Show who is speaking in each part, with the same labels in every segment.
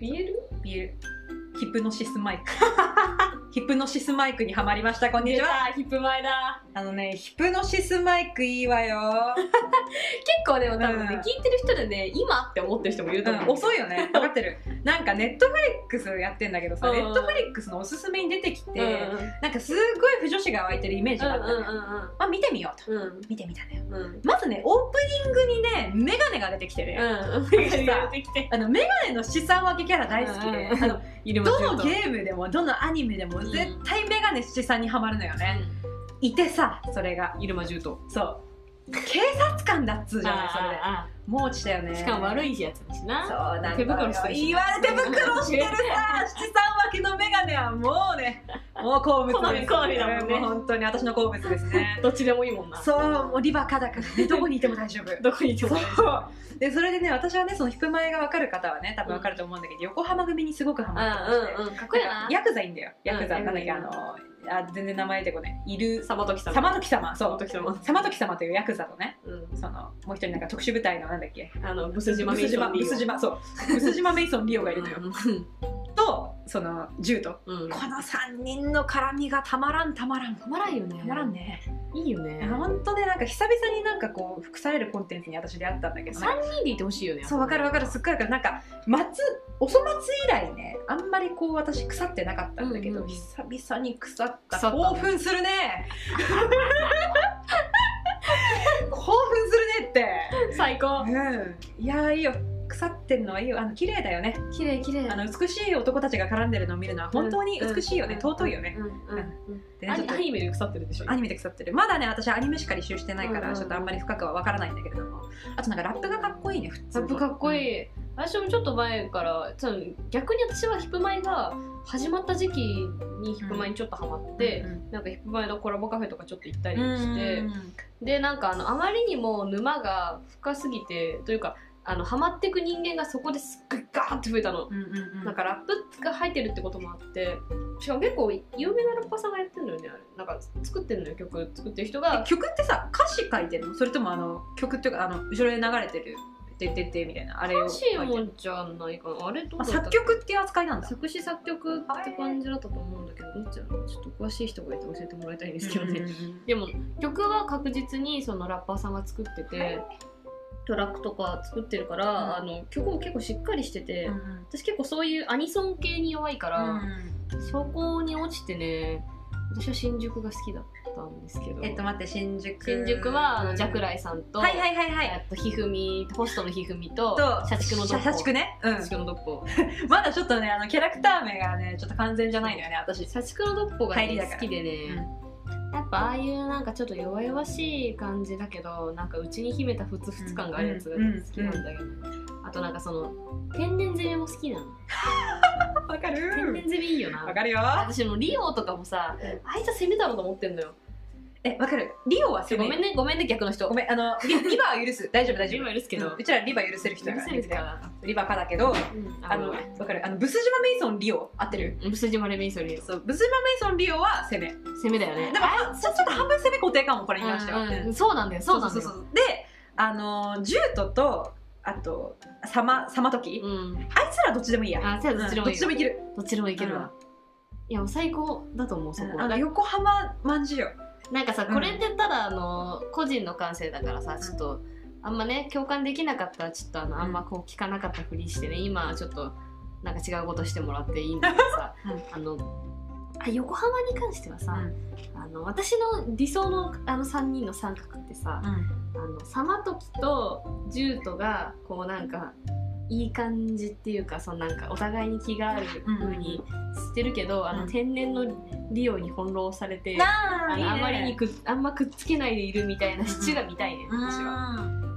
Speaker 1: BL?
Speaker 2: ビールヒプノシスマイク ヒプノシスマイクにはまりましたこんにちは
Speaker 1: あヒップ前だ
Speaker 2: あのねヒプノシスマイクいいわよ、
Speaker 1: 結構でも多分ね、
Speaker 2: うん
Speaker 1: 聞いてる人でね今って思ってる人もいると思う、
Speaker 2: 遅いよね分かってるなんかネットフリックスやってんだけどさ
Speaker 1: うん
Speaker 2: ネットフリックスのおすすめに出てきて、
Speaker 1: うんうん
Speaker 2: なんかすごい腐女子が湧いてるイメージがあったのよ、まあ見てみようと
Speaker 1: うんうん
Speaker 2: 見てみたのよ
Speaker 1: うんうん
Speaker 2: まずねオープニングにねメガネが出てきてるよ、
Speaker 1: うんうん
Speaker 2: んあのメガネの資産分けキャラ大好きで、
Speaker 1: うん
Speaker 2: あの
Speaker 1: いる
Speaker 2: どのゲームでもどのアニメでも絶対メガネ資産にはまるのよね、いてさそれが
Speaker 1: 入間柔道
Speaker 2: そう警察官だっつうじゃないそれで
Speaker 1: あ
Speaker 2: もう落ちたよ
Speaker 1: あ
Speaker 2: ね
Speaker 1: しかも悪
Speaker 2: い
Speaker 1: いやつだしな
Speaker 2: そうなん
Speaker 1: 手袋してるし
Speaker 2: いわ手袋してるさ七三分けのメガネはも うねもう好物です
Speaker 1: 好み好みだもんね
Speaker 2: もう本当に私の好物ですね
Speaker 1: どっちでもいいもんな
Speaker 2: そうもうリバカだからねどこにいても大丈夫
Speaker 1: どこにいても
Speaker 2: そうでそれでね私はねその引く前が分かる方はね多分分かると思うんだけど、横浜組にすごくハマってまして、
Speaker 1: うんうんかっこいい
Speaker 2: なん
Speaker 1: な
Speaker 2: かヤクザいいんだよヤクザ、
Speaker 1: うん
Speaker 2: なんだっけ
Speaker 1: ヤ
Speaker 2: あ
Speaker 1: クザ
Speaker 2: のあ全然名前出てこないいる
Speaker 1: サマトキさん
Speaker 2: 様時様そう
Speaker 1: 時様
Speaker 2: 様時様というヤクザとね
Speaker 1: うん
Speaker 2: そのもう一人なんか特殊部隊のなんだっけ
Speaker 1: あのブス島
Speaker 2: ブス島ブス島そうブス島メイソンリオがいるのよとその銃と
Speaker 1: うん
Speaker 2: この3人の絡みがたまらんたまらん
Speaker 1: たまらんよね
Speaker 2: たまらんね
Speaker 1: いいよね
Speaker 2: 本当ねなんか久々になんかこう服されるコンテンツに私出会ったんだけど
Speaker 1: 三人でいてほしいよね
Speaker 2: そうわかるわかるすっごいわかるなんか松おそ松以来ねあんまりこう私腐ってなかったんだけど、
Speaker 1: うんうん
Speaker 2: 久々に腐った
Speaker 1: 腐ったね
Speaker 2: 興奮す るね興奮するねって
Speaker 1: 最高
Speaker 2: うんいやーいいよ腐ってんのはいいよあの綺麗だよね
Speaker 1: 綺麗綺麗
Speaker 2: あの美しい男たちが絡んでるのを見るのは本当に美しいよね、尊いよね、
Speaker 1: うんうん
Speaker 2: で
Speaker 1: ア
Speaker 2: ねちょっ
Speaker 1: ニ
Speaker 2: と
Speaker 1: アニメで腐ってるでしょ
Speaker 2: アニメで腐ってるまだね私アニメしか履修してないか
Speaker 1: うんう
Speaker 2: ら
Speaker 1: ん
Speaker 2: ちょっとあんまり深くはわからないんだけれどもあとなんかラップがかっこいいね普通
Speaker 1: ラ
Speaker 2: に
Speaker 1: ップかっこ
Speaker 2: うん
Speaker 1: いい、私もちょっと前から多分逆に私はヒップマイが始まった時期にヒップマイにちょっとハマって、
Speaker 2: うん
Speaker 1: なんかヒップマイのコラボカフェとかちょっと行ったり
Speaker 2: うん
Speaker 1: して、でなんかあのあまりにも沼が深すぎてというかあのハマってく人間がそこですっごいガーって増えたの、
Speaker 2: うんうんうん
Speaker 1: なんかラップが入ってるってこともあってしかも結構有名なラッパーさんがやってるのよねあれなんか作ってるのよ曲作ってる人
Speaker 2: え
Speaker 1: が
Speaker 2: 曲ってさ歌詞書いてるのそれともあの曲っていうかあの後ろで流れてる「てってって」みたいなあれを
Speaker 1: 歌
Speaker 2: 書
Speaker 1: 詞
Speaker 2: いてる
Speaker 1: もじゃないかなあれどう
Speaker 2: あ
Speaker 1: だったっ
Speaker 2: 作
Speaker 1: け
Speaker 2: 曲っていう扱いなんだ
Speaker 1: 作詞作曲って感じだったと思うんだけど、どっちなのちょっと詳しい人がいて教えてもらいたいんですけどね、でも曲は確実にそのラッパーさんが作ってて、トラックとか作ってるから、
Speaker 2: ん
Speaker 1: あの曲も結構しっかりしてて、
Speaker 2: うんうん
Speaker 1: 私結構そういうアニソン系に弱いか
Speaker 2: う
Speaker 1: ら、
Speaker 2: ん
Speaker 1: そこに落ちてね私は新宿が好きだったんですけど、
Speaker 2: えっと待って新宿
Speaker 1: 新宿はあのジャクライさんと、
Speaker 2: はいはいはいはい
Speaker 1: えっとひふみホストのひふみと
Speaker 2: と
Speaker 1: 社畜のどっこ
Speaker 2: 社畜ね、う
Speaker 1: 社
Speaker 2: ん、
Speaker 1: 畜のどっこ
Speaker 2: まだちょっとねあのキャラクター名がねちょっと完全じゃないのよね私
Speaker 1: 社畜のどっぽが、ね、
Speaker 2: 入りだから
Speaker 1: 好きでね、やっぱああいうなんかちょっと弱々しい感じだけどなんかうちに秘めたふつふつ感があるやつが好きなんだけど、あとなんかその天然攻めも好きなの、
Speaker 2: わか
Speaker 1: 天然攻めいいよな
Speaker 2: わかるよ
Speaker 1: 私もリオとかもさ
Speaker 2: うん
Speaker 1: あいつは攻めだろうと思ってんのよ
Speaker 2: えわかるリオは
Speaker 1: ごめん
Speaker 2: ね
Speaker 1: ねごめんね逆の人
Speaker 2: ごめんあのリ リバは許す大丈夫大丈
Speaker 1: 今
Speaker 2: 夫
Speaker 1: いるっすけど
Speaker 2: うんうちらリバ許せる人だ
Speaker 1: 許
Speaker 2: か
Speaker 1: せ
Speaker 2: ら
Speaker 1: るっすから
Speaker 2: リバかだけどあの、わかる。あの、ブス島メイソンリオ、合ってる。
Speaker 1: うん筋丸メイソリ
Speaker 2: そう、ブス島メイソンリオは攻め。でも、
Speaker 1: 攻めだよね
Speaker 2: はちょちょっと半分攻め固定かも、これに関しては。
Speaker 1: うんうんそうなんだよそうなんだ
Speaker 2: そう
Speaker 1: よ
Speaker 2: そうそうで、あのー、ジュートと、あと、サマ、サマトキ、
Speaker 1: うん
Speaker 2: あいつらどっちでもいいや。
Speaker 1: あそう
Speaker 2: うん
Speaker 1: やどっちで
Speaker 2: ど
Speaker 1: も
Speaker 2: っ
Speaker 1: いい
Speaker 2: ちでもいける。
Speaker 1: どっちでもいける
Speaker 2: うん
Speaker 1: わいやもう最高だと思うそこ
Speaker 2: あ
Speaker 1: は
Speaker 2: の、横浜まんじゅうよ。
Speaker 1: なんかさ
Speaker 2: うん
Speaker 1: これってただあの個人の感性だからさちょっとあんまね共感できなかったらちょっとあのあんまこう聞かなかったふりしてね今はちょっとなんか違うことしてもらっていいんだけどさ
Speaker 2: うん
Speaker 1: あのあ横浜に関してはさ、
Speaker 2: うん
Speaker 1: あの私の理想のあの3人の三角ってさ、あのサマトキとジュートがこうなんかいい感じっていうかそのなんかお互いに気がある風にしてるけど、あ
Speaker 2: う
Speaker 1: の
Speaker 2: ん
Speaker 1: 天然のリオに翻弄されて、
Speaker 2: な
Speaker 1: あのあんまりに
Speaker 2: く
Speaker 1: くあんまくっつけないでいるみたいなシチューが見たいね、私は。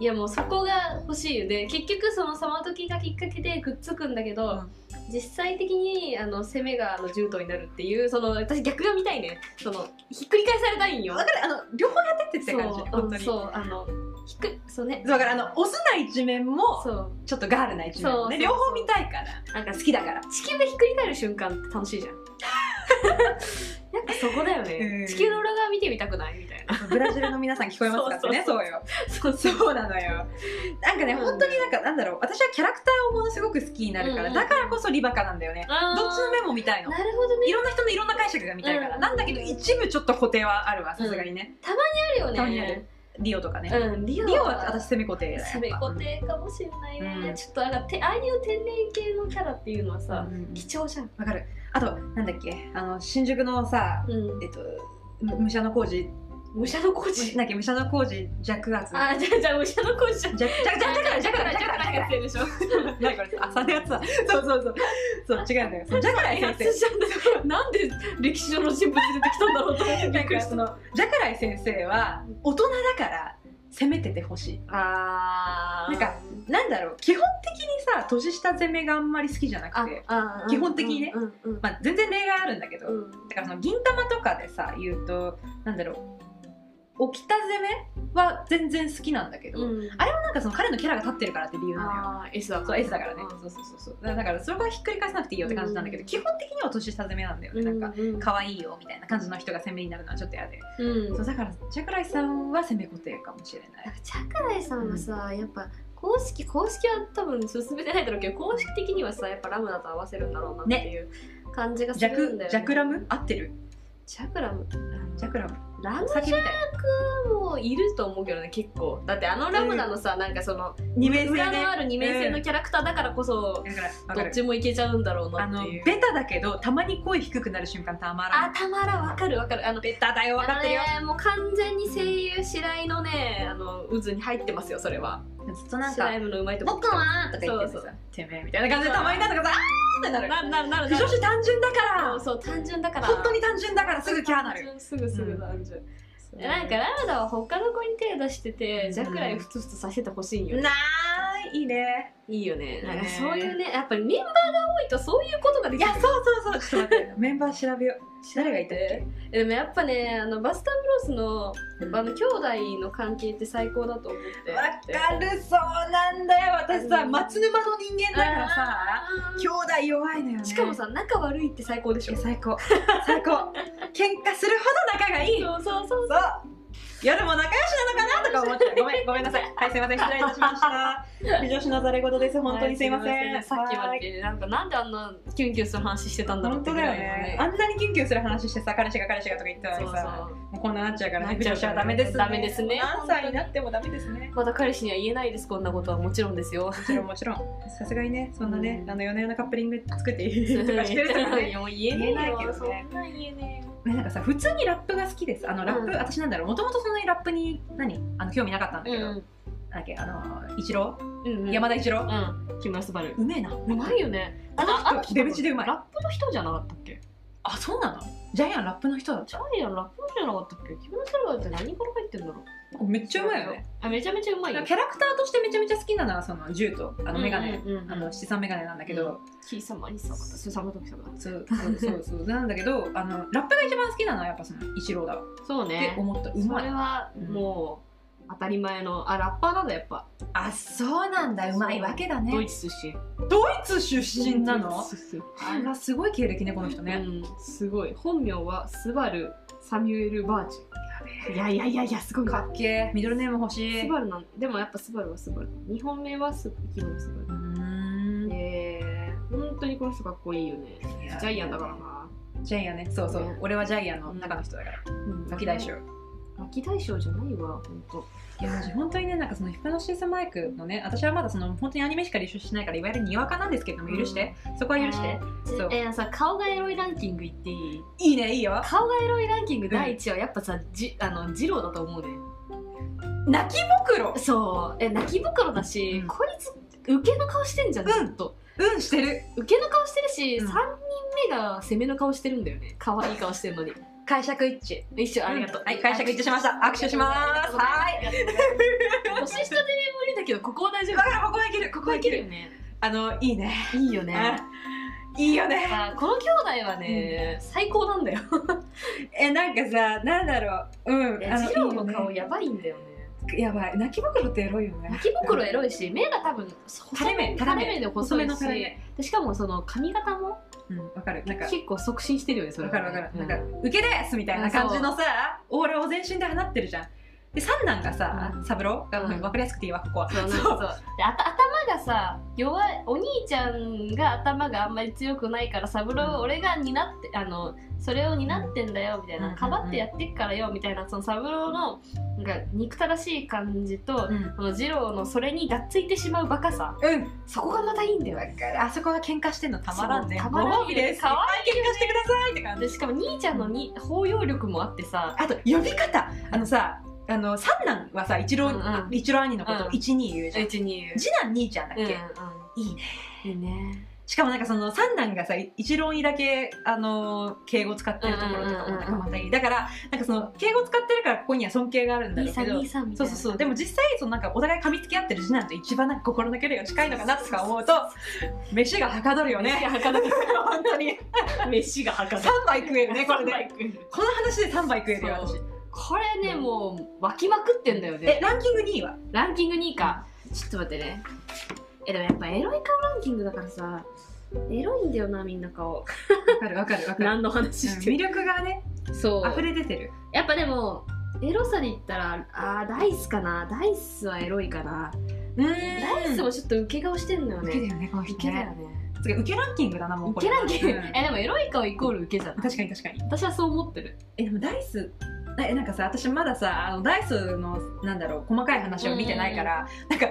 Speaker 1: いやもうそこが欲しいよね結局そのサマトキがきっかけでくっつくんだけど、
Speaker 2: うん
Speaker 1: 実際的にあの攻めがあの柔道になるっていうその私逆が見たいねそのひっくり返されたいんよ
Speaker 2: わかるあの、両方やってってって
Speaker 1: そう
Speaker 2: 感じ。本当
Speaker 1: うん
Speaker 2: に。
Speaker 1: そうあのひっくそうね
Speaker 2: だからあのオスな一面も
Speaker 1: そう
Speaker 2: ちょっとガールな一面もね
Speaker 1: そう
Speaker 2: 両 方見たいから
Speaker 1: なんか
Speaker 2: 好きだから
Speaker 1: 地球がひっくり返る瞬間って楽しいじゃんやなんかそこだよね、
Speaker 2: うん
Speaker 1: 地球の裏側見てみたくないみたいな
Speaker 2: ブラジルの皆さん聞こえますからね
Speaker 1: そうそ
Speaker 2: そ
Speaker 1: うう
Speaker 2: よ
Speaker 1: そう
Speaker 2: そうなのよなんかね
Speaker 1: うん
Speaker 2: 本当になんかなんだろう私はキャラクターをものすごく好きになるから、
Speaker 1: うん
Speaker 2: だからこそリバカなんだよね
Speaker 1: あ
Speaker 2: ど
Speaker 1: ー
Speaker 2: っちの目も見たいの
Speaker 1: なるほどね
Speaker 2: いろんな人のいろんな解釈が見たいから、
Speaker 1: うん
Speaker 2: なんだけど一部ちょっと固定はあるわさすがにね、
Speaker 1: あるよね
Speaker 2: たまにあるリオとかね、
Speaker 1: うんリオ
Speaker 2: リオは私攻め固定だよ
Speaker 1: 攻め固定かもしれないね、
Speaker 2: うん
Speaker 1: ちょっとなんかてああいう天然系のキャラっていうのは
Speaker 2: やっ
Speaker 1: さ
Speaker 2: ぱ、うん
Speaker 1: 貴重じゃん
Speaker 2: わかるあとなんだっけあの新宿のさ
Speaker 1: うん
Speaker 2: えっとむ武者の工事
Speaker 1: 武者の工事
Speaker 2: なんだっけ武者の工事弱圧
Speaker 1: あじゃあじゃあ武者の工事じゃん
Speaker 2: 弱弱弱弱弱弱弱弱弱
Speaker 1: なやつでしょ
Speaker 2: 何これ朝のやつだそうそうそうそう違うんだよそうジャカライ先生
Speaker 1: なんで歴史上の人物出てきたんだろうと思 ってび
Speaker 2: な
Speaker 1: っ
Speaker 2: ん
Speaker 1: くり
Speaker 2: か
Speaker 1: し
Speaker 2: そ
Speaker 1: た
Speaker 2: のジャカライ先生は大人だから攻めててほし
Speaker 1: あー
Speaker 2: なんかいなんだろう基本的にさ年下攻めがあんまり好きじゃな
Speaker 1: あ
Speaker 2: くて
Speaker 1: あ
Speaker 2: 基本的にね
Speaker 1: うんうん
Speaker 2: まあ全然例外あるんだけど
Speaker 1: うんうん
Speaker 2: だからその銀玉とかでさ言うとなんだろう沖田攻めは全然好きなんだけど、
Speaker 1: うん
Speaker 2: あれはなんかその彼のキャラが立ってるからって理由なのよ
Speaker 1: あー S だ
Speaker 2: そう S だからね
Speaker 1: う
Speaker 2: そうそうそうそうだからだからそこはひっくり返さなくていいよって感じなんだけど、
Speaker 1: うん
Speaker 2: 基本的には年下攻めなんだよね、なんか
Speaker 1: うん
Speaker 2: 可愛いよみたいな感じの人が攻めになるのはちょっと嫌で、
Speaker 1: うん
Speaker 2: そうだからチャクライさんは攻め固定かもしれない
Speaker 1: チャカライさんはさ、やっぱ公式公式は多分進めてないだろうけど公式的にはさやっぱラムダと合わせるんだろうなっていう感じがす
Speaker 2: ジャ
Speaker 1: るん
Speaker 2: ク
Speaker 1: だよね
Speaker 2: ジャクラム合ってる
Speaker 1: ジャクラム
Speaker 2: ジャクラム
Speaker 1: ラムジャ
Speaker 2: 先みたい
Speaker 1: クもいると思うけどね結構だってあのラムダのさ、なんかその
Speaker 2: 二面性
Speaker 1: 裏
Speaker 2: ね
Speaker 1: のある二面性のキャラクターだからこそ、
Speaker 2: だからわか
Speaker 1: どっ
Speaker 2: る
Speaker 1: ちもいけちゃうんだろう
Speaker 2: あ
Speaker 1: なっ
Speaker 2: の
Speaker 1: ていう
Speaker 2: ベタだけどたまに声低くなる瞬間たまら
Speaker 1: あ
Speaker 2: ん
Speaker 1: たまらんわかるわかるあの
Speaker 2: ベタだよ分かってるよ
Speaker 1: あのねもう完全に声優白井のねあの渦に入ってますよそれは
Speaker 2: ずっとなん
Speaker 1: シラ
Speaker 2: か
Speaker 1: イムのうまい
Speaker 2: 「
Speaker 1: とこ
Speaker 2: 僕は」とか言って
Speaker 1: そう
Speaker 2: さ
Speaker 1: そう
Speaker 2: 「てめえ」みたいな感じでたまになんとかさ「あー」ってなる
Speaker 1: なるなるなる
Speaker 2: 不
Speaker 1: な
Speaker 2: 女
Speaker 1: る
Speaker 2: 子単純だか
Speaker 1: そう
Speaker 2: ら
Speaker 1: そう単純だから
Speaker 2: 本当に単純だからすぐキャーなる
Speaker 1: 単純すぐすぐ単純、
Speaker 2: そう
Speaker 1: なんかラムダは他の子に手出してて、
Speaker 2: うん
Speaker 1: ジャクライふつふつさせてほしいんよ、
Speaker 2: なーいいいね
Speaker 1: いいよねなんか
Speaker 2: ね
Speaker 1: そういうねやっぱりメンバーが多いとそういうことがで
Speaker 2: い
Speaker 1: きる
Speaker 2: やそうそうそうちょっと待ってメンバー調べよう誰がいたっけ
Speaker 1: でもやっぱねあのバスタブロスの
Speaker 2: う
Speaker 1: やっ
Speaker 2: ん
Speaker 1: ぱあの兄弟の関係って最高だと思って
Speaker 2: わかるそうなんだよ私さ
Speaker 1: うん
Speaker 2: 松沼の人間だからさ
Speaker 1: あー
Speaker 2: 兄弟弱いのよね
Speaker 1: しかもさ仲悪いって最高でしょ
Speaker 2: え最高 最高喧嘩するほど仲がいい
Speaker 1: そうそうそう
Speaker 2: そう夜も仲良しなのかなとか思ってたごめんごめんなさいはいすいません失礼いたしました美女子のざれ言です本当にすいません、
Speaker 1: はさっきまでねなんかなんであんなキュンキュンする話してたんだろう
Speaker 2: 本
Speaker 1: って
Speaker 2: 当
Speaker 1: ぐ
Speaker 2: だよ
Speaker 1: らいの
Speaker 2: ねあんなにキュンキュンする話してさ彼氏が彼氏がとか言ってたの
Speaker 1: そう
Speaker 2: に
Speaker 1: そ
Speaker 2: さ
Speaker 1: う
Speaker 2: もうこんななっちゃうからね
Speaker 1: なっちゃうからね
Speaker 2: ダメですね
Speaker 1: ダメですね
Speaker 2: 何歳になってもダメですね
Speaker 1: まだ彼氏には言えないですこんなことはもちろんです よ
Speaker 2: もちろんもちろんさすがにねそんなね、
Speaker 1: うん
Speaker 2: あの夜な夜なカップリング作っていいとかしてるとかね
Speaker 1: もう言えねえ
Speaker 2: 言えないけ
Speaker 1: よ
Speaker 2: どね
Speaker 1: そんなん言えねえよ
Speaker 2: ねなんかさ普通にラップが好きですあのラップ、
Speaker 1: うん
Speaker 2: 私なんだろうもともとそんなにラップに何あの興味なかったんだけど、なんだっけあの一郎、
Speaker 1: うんうん
Speaker 2: 山田一郎、
Speaker 1: うん木村昴
Speaker 2: うめえな
Speaker 1: うまいよね
Speaker 2: あの人
Speaker 1: の人
Speaker 2: 出口でうまい
Speaker 1: ラップの人じゃなかったっけ
Speaker 2: あそうなのジャイアンラップの人だった
Speaker 1: ジャイアンラップの人じゃなかったっけ木村昴って何から入ってんだろう
Speaker 2: めっちゃうまいよね
Speaker 1: あめちゃめちゃうま
Speaker 2: キ
Speaker 1: い
Speaker 2: ャ
Speaker 1: よ
Speaker 2: ラクターとしてめちゃめちゃ好きなのはその銃とあのメガネ、
Speaker 1: うんうんうん
Speaker 2: あの七三メガネなんだけど、
Speaker 1: キー様にさまたスー様とキ様だ
Speaker 2: そうそうそうそう なんだけどあのラップが一番好きなのはやっぱその一郎だわ
Speaker 1: そう
Speaker 2: って
Speaker 1: ね
Speaker 2: 思ったう
Speaker 1: そ
Speaker 2: ま
Speaker 1: れ
Speaker 2: い
Speaker 1: はもう当たり前のあラッパーなんだやっぱ
Speaker 2: あそうなんだけだ
Speaker 1: ドイツ出身
Speaker 2: ドイツ出身なの
Speaker 1: そうそうそう
Speaker 2: あらすごい経歴ねこの人ね、
Speaker 1: うんすごい本名はスバルサミュエル・バーチュいやいやいやいやすごい
Speaker 2: か
Speaker 1: な
Speaker 2: っけえミドルネーム欲し
Speaker 1: ス
Speaker 2: い
Speaker 1: バルなんでもやっぱスバルはスバル2本目はス生き物スバ
Speaker 2: う
Speaker 1: ル
Speaker 2: ーん
Speaker 1: えー、本当にこの人かっこいいよね
Speaker 2: いや
Speaker 1: ジャイアンだからな、
Speaker 2: ジャイアンねそうそう、
Speaker 1: ね
Speaker 2: 俺はジャイアンの中の人だからガキ大将
Speaker 1: ガキ大将じゃないわ本当
Speaker 2: いやマジ本当にねなんかそのヒプノシスマイクのね私はまだその本当にアニメしか履修してないからいわゆるにわかなんですけれども許して、そこは許して、そう
Speaker 1: えーさ顔がエロいランキングいっていい
Speaker 2: いいねいいよ
Speaker 1: 顔がエロいランキング第一はやっぱさ、じあのジローだと思うね
Speaker 2: 泣き袋
Speaker 1: そうえ泣き袋だし、
Speaker 2: うん
Speaker 1: こいつウケの顔してんじゃん
Speaker 2: うん
Speaker 1: ずっと、
Speaker 2: うんしてる
Speaker 1: ウケの顔してるし、
Speaker 2: うん
Speaker 1: 3人目が攻めの顔してるんだよね可愛い顔してるのに
Speaker 2: 解釈一致
Speaker 1: 一緒ありがとう、
Speaker 2: うんはい解釈一致しました
Speaker 1: ありがとう
Speaker 2: 握手します
Speaker 1: ありがとうございます年下で無理だけどここは大丈夫
Speaker 2: だからここはいける
Speaker 1: こ
Speaker 2: ここ
Speaker 1: こ
Speaker 2: はいいけ
Speaker 1: け
Speaker 2: る
Speaker 1: るよね
Speaker 2: あのいいね
Speaker 1: いいよね
Speaker 2: うんいいよね
Speaker 1: あこの兄弟はね、最高なんだよ
Speaker 2: えなんかさなんだろううんあ
Speaker 1: ジローの
Speaker 2: いい
Speaker 1: 顔
Speaker 2: よね
Speaker 1: やばいんだよね
Speaker 2: やばい泣き袋ってエロいよね
Speaker 1: 泣き袋エロいし目が多分
Speaker 2: 垂れ目
Speaker 1: 垂れ目で細いし
Speaker 2: 垂れ目
Speaker 1: でしかもその髪型も
Speaker 2: うん、わかる。なんか、
Speaker 1: 結構促進してるよねそれ
Speaker 2: わ
Speaker 1: は
Speaker 2: か
Speaker 1: ね
Speaker 2: るわか
Speaker 1: う
Speaker 2: る。なんんか、受けですみたいな感じのさ、オーラを全身で放ってるじゃん。で、三男がさ
Speaker 1: う、ん
Speaker 2: 三郎が、
Speaker 1: うん
Speaker 2: 分かりやすくていいわ、ここは。
Speaker 1: そうなんかそうであた頭がさ弱いお兄ちゃんが頭があんまり強くないから三郎
Speaker 2: うん
Speaker 1: 俺が担ってあのそれを担ってんだよみたい
Speaker 2: うんうん
Speaker 1: な
Speaker 2: うん
Speaker 1: かばってやってっからよみたいなその三郎のなんか憎たらしい感じと、
Speaker 2: うん。
Speaker 1: この二郎のそれにがっついてしまうバカさ
Speaker 2: うん。
Speaker 1: そこがまたいいんだよ
Speaker 2: わかる。あそこが喧嘩してんのたまらんね。
Speaker 1: そうた
Speaker 2: ご
Speaker 1: まらんよね
Speaker 2: 褒美です。
Speaker 1: かわ
Speaker 2: い喧嘩してくださいって感じ
Speaker 1: で。しかも兄ちゃんのに包容力もあってさ
Speaker 2: あと呼び方あのさあの三男はさ一郎、
Speaker 1: うんうん
Speaker 2: 一郎兄のこと
Speaker 1: うん
Speaker 2: 一二言うじゃん、
Speaker 1: ちに
Speaker 2: 次男兄ちゃんだっけ、
Speaker 1: うんうん
Speaker 2: いいね
Speaker 1: いいね
Speaker 2: しかもなんかその三男がさ一郎にだけあの敬語使ってるところとかもなんかまたいい、だからなんかその敬語使ってるからここには尊敬があるんだろ
Speaker 1: 兄
Speaker 2: う
Speaker 1: さ
Speaker 2: け
Speaker 1: ん
Speaker 2: ど
Speaker 1: 兄さんみた
Speaker 2: そ
Speaker 1: いうな
Speaker 2: そうそうでも実際そのなんかお互い噛みつき合ってる次男と一番なんか心の距離が近いのかなとか思うと飯がはかどるよね 本当に
Speaker 1: 飯がはか
Speaker 2: 3杯食えるねこれで
Speaker 1: 三杯食える
Speaker 2: この話で3杯食えるよ私
Speaker 1: そうこれねもう湧きまくってんだよ
Speaker 2: え
Speaker 1: ね
Speaker 2: ランキング2位は
Speaker 1: ランキング2位かちょっと待ってねえでもやっぱエロい顔ランキングだからさエロいんだよなみんな 顔
Speaker 2: わかるわかるわかる。
Speaker 1: 何の話して
Speaker 2: 魅力がね、
Speaker 1: そう
Speaker 2: 溢れ出てる。
Speaker 1: やっぱでもエロさで言ったらあーダイスかなダイスはエロいかな
Speaker 2: うん。
Speaker 1: ダイスもちょっと受け顔してんのよ
Speaker 2: 受けだ
Speaker 1: ね
Speaker 2: よね、この人
Speaker 1: 受けだよ
Speaker 2: ね。
Speaker 1: ね
Speaker 2: つうか受けランキングだな、もうこ
Speaker 1: 受
Speaker 2: れ。
Speaker 1: けランキング
Speaker 2: うん
Speaker 1: えでもエロい顔イコール受けじゃない
Speaker 2: 確かに確かに。
Speaker 1: 私はそう思ってる
Speaker 2: え、でもダイス、え、なんかさ、私まださ、あの、ダイスの、なんだろう、細かい話を見てないから、なんか、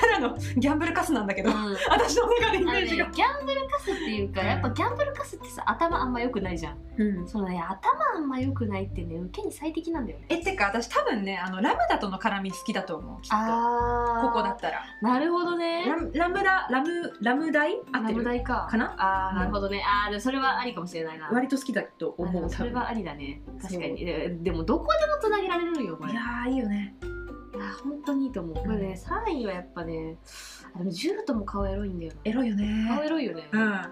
Speaker 2: ただのギャンブルカスなんだけど、
Speaker 1: あ
Speaker 2: 私の中でイ
Speaker 1: の
Speaker 2: メ
Speaker 1: ね
Speaker 2: ー
Speaker 1: ギ
Speaker 2: ジ
Speaker 1: ャ
Speaker 2: が。
Speaker 1: ンブルカスっていうか
Speaker 2: うん
Speaker 1: やっぱギャンブルカスってさ頭あんま良くないじゃん
Speaker 2: うん。
Speaker 1: そうだね頭あんま良くないってね受けに最適なんだよね
Speaker 2: え、てか、私多分ね、あの、ラムダとの絡み好きだと思う、きっと。
Speaker 1: あ
Speaker 2: ここだったら。
Speaker 1: なるほどね
Speaker 2: ラムラムダ、ラム、ラムダイ合って
Speaker 1: ラム
Speaker 2: る
Speaker 1: ダイか
Speaker 2: かな
Speaker 1: あ
Speaker 2: う
Speaker 1: ー
Speaker 2: ん
Speaker 1: なるほどねあーでもそれはありかもしれないな
Speaker 2: 割と好きだと
Speaker 1: あで
Speaker 2: 思う、
Speaker 1: も
Speaker 2: 多
Speaker 1: それ
Speaker 2: 分。
Speaker 1: はありだね確か
Speaker 2: そう
Speaker 1: にででもどこでもつなげられるよこれ
Speaker 2: い
Speaker 1: い
Speaker 2: や
Speaker 1: や
Speaker 2: ー、いいよね。
Speaker 1: 本当にいいと思うこれね3位はやっぱねあでもジュートも顔エロいんだよ
Speaker 2: エロいよね。
Speaker 1: な顔エロいよね
Speaker 2: うん、あ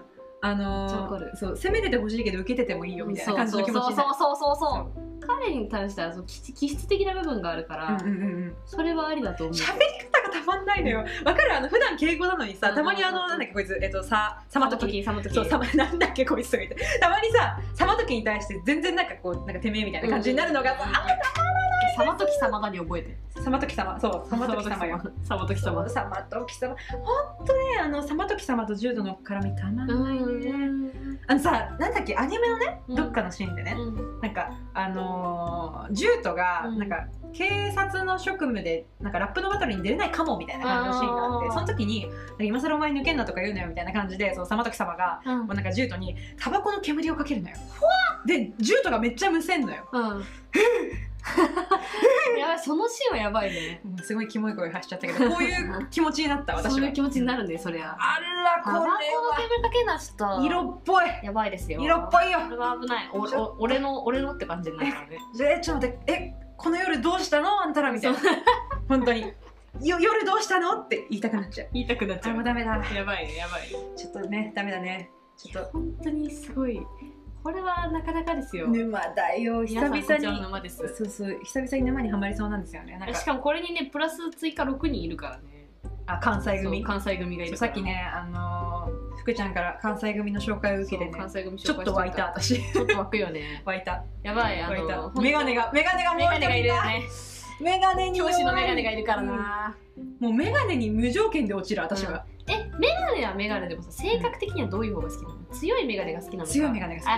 Speaker 2: のー
Speaker 1: わかる
Speaker 2: そう攻めててほしいけど受けててもいいよみたいな感じの気持ち
Speaker 1: そう
Speaker 2: に
Speaker 1: そ
Speaker 2: なる
Speaker 1: うそうそうそう彼に対してはその気質気質的な部分があるから、
Speaker 2: うんうんうんうん
Speaker 1: それはありだと思う
Speaker 2: 喋り方がたまんないのよわかるあの普段敬語なのにさたまにあのなんだっけこいつえっとささまとき
Speaker 1: サマトキ
Speaker 2: そうさま なんだっけこいつとか言ってたまにささまときに対して全然なんかこうなんかてめえみたいな感じになるのがさあ
Speaker 1: サマトキ様だに覚えて
Speaker 2: さまとき様そうさまとき様よ
Speaker 1: サマトキ
Speaker 2: さ
Speaker 1: 様
Speaker 2: まとき様ほんとねあのさまとき様と重度の絡みたまん
Speaker 1: う
Speaker 2: ないね
Speaker 1: ん
Speaker 2: あのさなんだっけアニメのねどっかのシーンでね
Speaker 1: うん
Speaker 2: なんかあのー、ジュートが
Speaker 1: うん
Speaker 2: なんか警察の職務でなんかラップのバトルに出れないかもみたいな感じのシーンがあって
Speaker 1: あー
Speaker 2: その時に「今更お前抜けんな」とか言うのよみたいな感じでその様時様が
Speaker 1: うん
Speaker 2: もうなんかジュートにタバコの煙をかけるのよ。でジュートがめっちゃむせんのよ。
Speaker 1: うんやば いそのシーンはやばいね
Speaker 2: もうすごいキモい声発しちゃった けどこういう気持ちになった私は。
Speaker 1: そういう気持ちになるねそりゃ
Speaker 2: あら
Speaker 1: タバコの
Speaker 2: こ
Speaker 1: 煙かけなちょっ
Speaker 2: れは
Speaker 1: と
Speaker 2: 色っぽい
Speaker 1: やばいですよ
Speaker 2: 色っぽいよ
Speaker 1: こ。れは危ないおお俺の俺のって感じになるからね
Speaker 2: えちょっと待ってえこの夜どうしたのあんたらみたいな
Speaker 1: そう
Speaker 2: 本当によ夜どうしたのって言いたくなっちゃう。
Speaker 1: 言いたくなっ
Speaker 2: あもうダメだ。
Speaker 1: やばいねやばい
Speaker 2: ちょっとね、ダメだね。ちょっ
Speaker 1: 本当にすごいこれはなかなかです
Speaker 2: と。
Speaker 1: よ、
Speaker 2: 沼だよ、
Speaker 1: 皆さ
Speaker 2: 久
Speaker 1: ん
Speaker 2: 々に。
Speaker 1: こちらの沼です
Speaker 2: そうそう、久々に沼にはまりそうなんですよね。なん
Speaker 1: し
Speaker 2: か、
Speaker 1: かもこれにねプラス追加6人いるからね
Speaker 2: あ、関西
Speaker 1: そう
Speaker 2: 組。
Speaker 1: 関西組がい
Speaker 2: そう
Speaker 1: る
Speaker 2: さ
Speaker 1: から
Speaker 2: っきね、あのー福ちゃんから関西組の紹介を受けて
Speaker 1: そう
Speaker 2: ね、
Speaker 1: 関西組紹介
Speaker 2: ちょっと湧い
Speaker 1: して
Speaker 2: た、
Speaker 1: る
Speaker 2: 私。
Speaker 1: ちょっと湧くよね
Speaker 2: 湧いた。
Speaker 1: やばいあ
Speaker 2: 湧い
Speaker 1: の
Speaker 2: た。メガネが、メガネがもう
Speaker 1: メ
Speaker 2: 一人
Speaker 1: ガネがいるよね
Speaker 2: メガネ に
Speaker 1: 教
Speaker 2: 弱い
Speaker 1: 師のメガネがいるから。な、
Speaker 2: もうメガネに無条件で落ちる、私は。
Speaker 1: えメガネはメガネでもさ性格的にはどういう方が好きなの、強いメガネが好きなのか
Speaker 2: 強いメガネが好き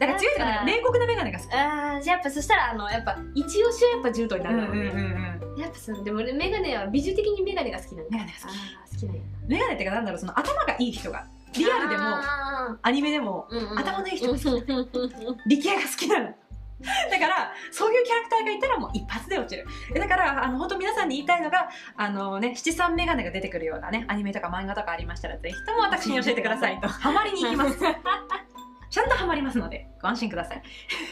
Speaker 2: だから強いとかね、
Speaker 1: なんか
Speaker 2: 冷酷なメガネが好き。
Speaker 1: ああーじゃあやっぱそしたらあのやっぱ一押しはやっぱ柔道にな
Speaker 2: う
Speaker 1: る
Speaker 2: んうん
Speaker 1: だろうね、
Speaker 2: うんうん。
Speaker 1: やっぱそうでも俺メガネは美術的にメガネが好きなの
Speaker 2: メガネが好
Speaker 1: あ
Speaker 2: き。
Speaker 1: あ好きなんや
Speaker 2: メガネってか、なんだろう、その頭がいい人が。リアルでも、
Speaker 1: あ
Speaker 2: アニメでも、
Speaker 1: ー、うんうん、
Speaker 2: 頭のいい人が
Speaker 1: うんうんうんうん
Speaker 2: 力也が好きなの。 だからそういうキャラクターがいたらもう一発で落ちるえだからあの本当皆さんに言いたいのがあのね七三メガネが出てくるようなねアニメとか漫画とかありましたらぜひとも私に教えてくださいとハマりに行きます ちゃんとハマりますのでご安心ください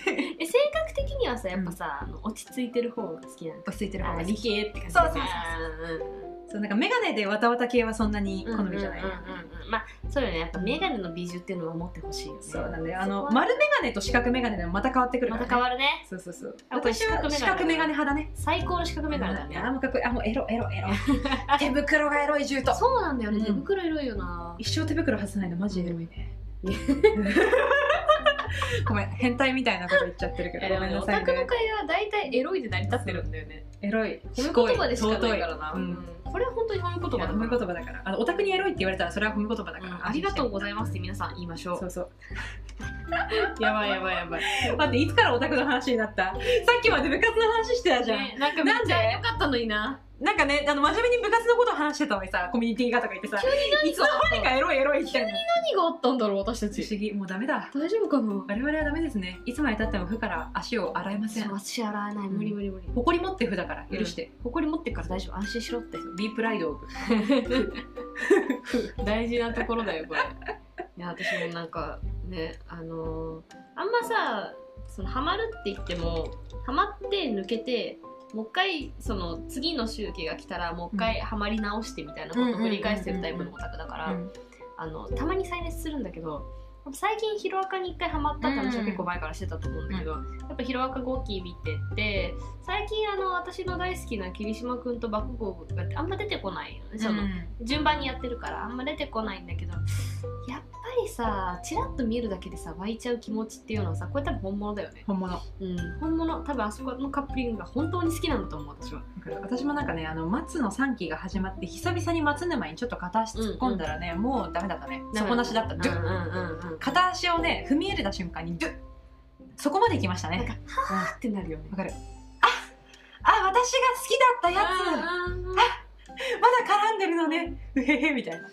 Speaker 1: え性格的にはさやっぱさ、あの落ち着いてる方が好きなの
Speaker 2: 落ち着いてる方
Speaker 1: あ
Speaker 2: が
Speaker 1: ー
Speaker 2: い
Speaker 1: 理
Speaker 2: い
Speaker 1: 系って感じ
Speaker 2: そうそうそうそう
Speaker 1: そ
Speaker 2: そうなんかメガネでわたわた系はそんなに好みじゃない、
Speaker 1: うんうんうんうんまあそうよねやっぱメガネの美術っていうのは持ってほしいよね
Speaker 2: そうなんであの
Speaker 1: ま
Speaker 2: 丸メガネと四角メガネでもまた変わってくるか
Speaker 1: ま
Speaker 2: ら、ね
Speaker 1: た、変わるね
Speaker 2: そうそうそう
Speaker 1: あこれ
Speaker 2: 私は四
Speaker 1: 四
Speaker 2: 角
Speaker 1: 角
Speaker 2: メ
Speaker 1: メガ
Speaker 2: ガネ
Speaker 1: ネ
Speaker 2: 派だね
Speaker 1: 最高の四角メガネだね
Speaker 2: あもうかっこいいあもうエロエロエロ 手袋がエロい銃と
Speaker 1: そうなんだよね、
Speaker 2: うん
Speaker 1: 手袋エロいよな
Speaker 2: 一生手袋外さないのマジエロいね、 ごめん変態みたいなこと言っちゃってるけどごめんな
Speaker 1: オ
Speaker 2: さ
Speaker 1: タ
Speaker 2: い
Speaker 1: クの
Speaker 2: ね
Speaker 1: 会は大体エロいで成り立ってるんだよね
Speaker 2: エロい
Speaker 1: 褒め
Speaker 2: ご
Speaker 1: 言葉でしかないからな、
Speaker 2: う
Speaker 1: うん
Speaker 2: ん
Speaker 1: これは本当に褒め言葉
Speaker 2: いや
Speaker 1: だ
Speaker 2: 褒め
Speaker 1: か
Speaker 2: 言
Speaker 1: ら
Speaker 2: 葉だからあのオタクにエロいって言われたらそれは褒め言葉だか
Speaker 1: う
Speaker 2: ら、
Speaker 1: んありがとうございますって皆さん言いましょ
Speaker 2: そううそう
Speaker 1: やばいやばいやば い
Speaker 2: 待っていつからオタクの話になったさっきまで部活の話してたじゃん、
Speaker 1: ねなんかめっちゃ良かったのにな
Speaker 2: なんかねあの真面目に部活のことを話してたのにさコミュニティがとか言ってさいつの間にかエロいエロいって言ってんの
Speaker 1: 何があったんだろう私た
Speaker 2: 不思議もうダメだ
Speaker 1: 大丈夫かな
Speaker 2: 我々はダメですねいつまでたっても負から足を洗えません
Speaker 1: 私洗えない無理無理無理
Speaker 2: 誇り持って負だから許して、
Speaker 1: 誇り持ってっから大丈夫安心しろって
Speaker 2: B プライドを負
Speaker 1: 大事なところだよこれいや私もなんかねあのーあんまさそのハマるって言ってもハマって抜けてもう一回その次の周期が来たらもう一回ハマり直してみたいなことを繰り返してるタイプのオタクだから、
Speaker 2: うん
Speaker 1: あのたまに再熱するんだけど最近ヒロアカに一回ハマったって話は結構前からしてたと思うんだけど、やっぱヒロアカ5期見てて最近あの私の大好きな霧島くんとバクゴーがあんま出てこないよねその、順番にやってるからあんま出てこないんだけどやっぱりさチラッと見るだけでさ湧いちゃう気持ちっていうのはさこれ多分本物だよね、
Speaker 2: 本物
Speaker 1: うん、本物多分あそこのカップリングが本当に好きなんだと思う私は
Speaker 2: だから私もなんかねあの松の3期が始まって久々に松沼にちょっと片足突っ込んだらね、もうダメだったね底なしだった
Speaker 1: うん
Speaker 2: ド
Speaker 1: うん
Speaker 2: ゥッ
Speaker 1: うんうん
Speaker 2: 片足をね踏み入れた瞬間にドゥッそこまで行きました
Speaker 1: なん
Speaker 2: ね
Speaker 1: かはーってなるよね
Speaker 2: わかるああ私が好きだったやつ
Speaker 1: あー
Speaker 2: まだ絡んでるのねうへへみたいな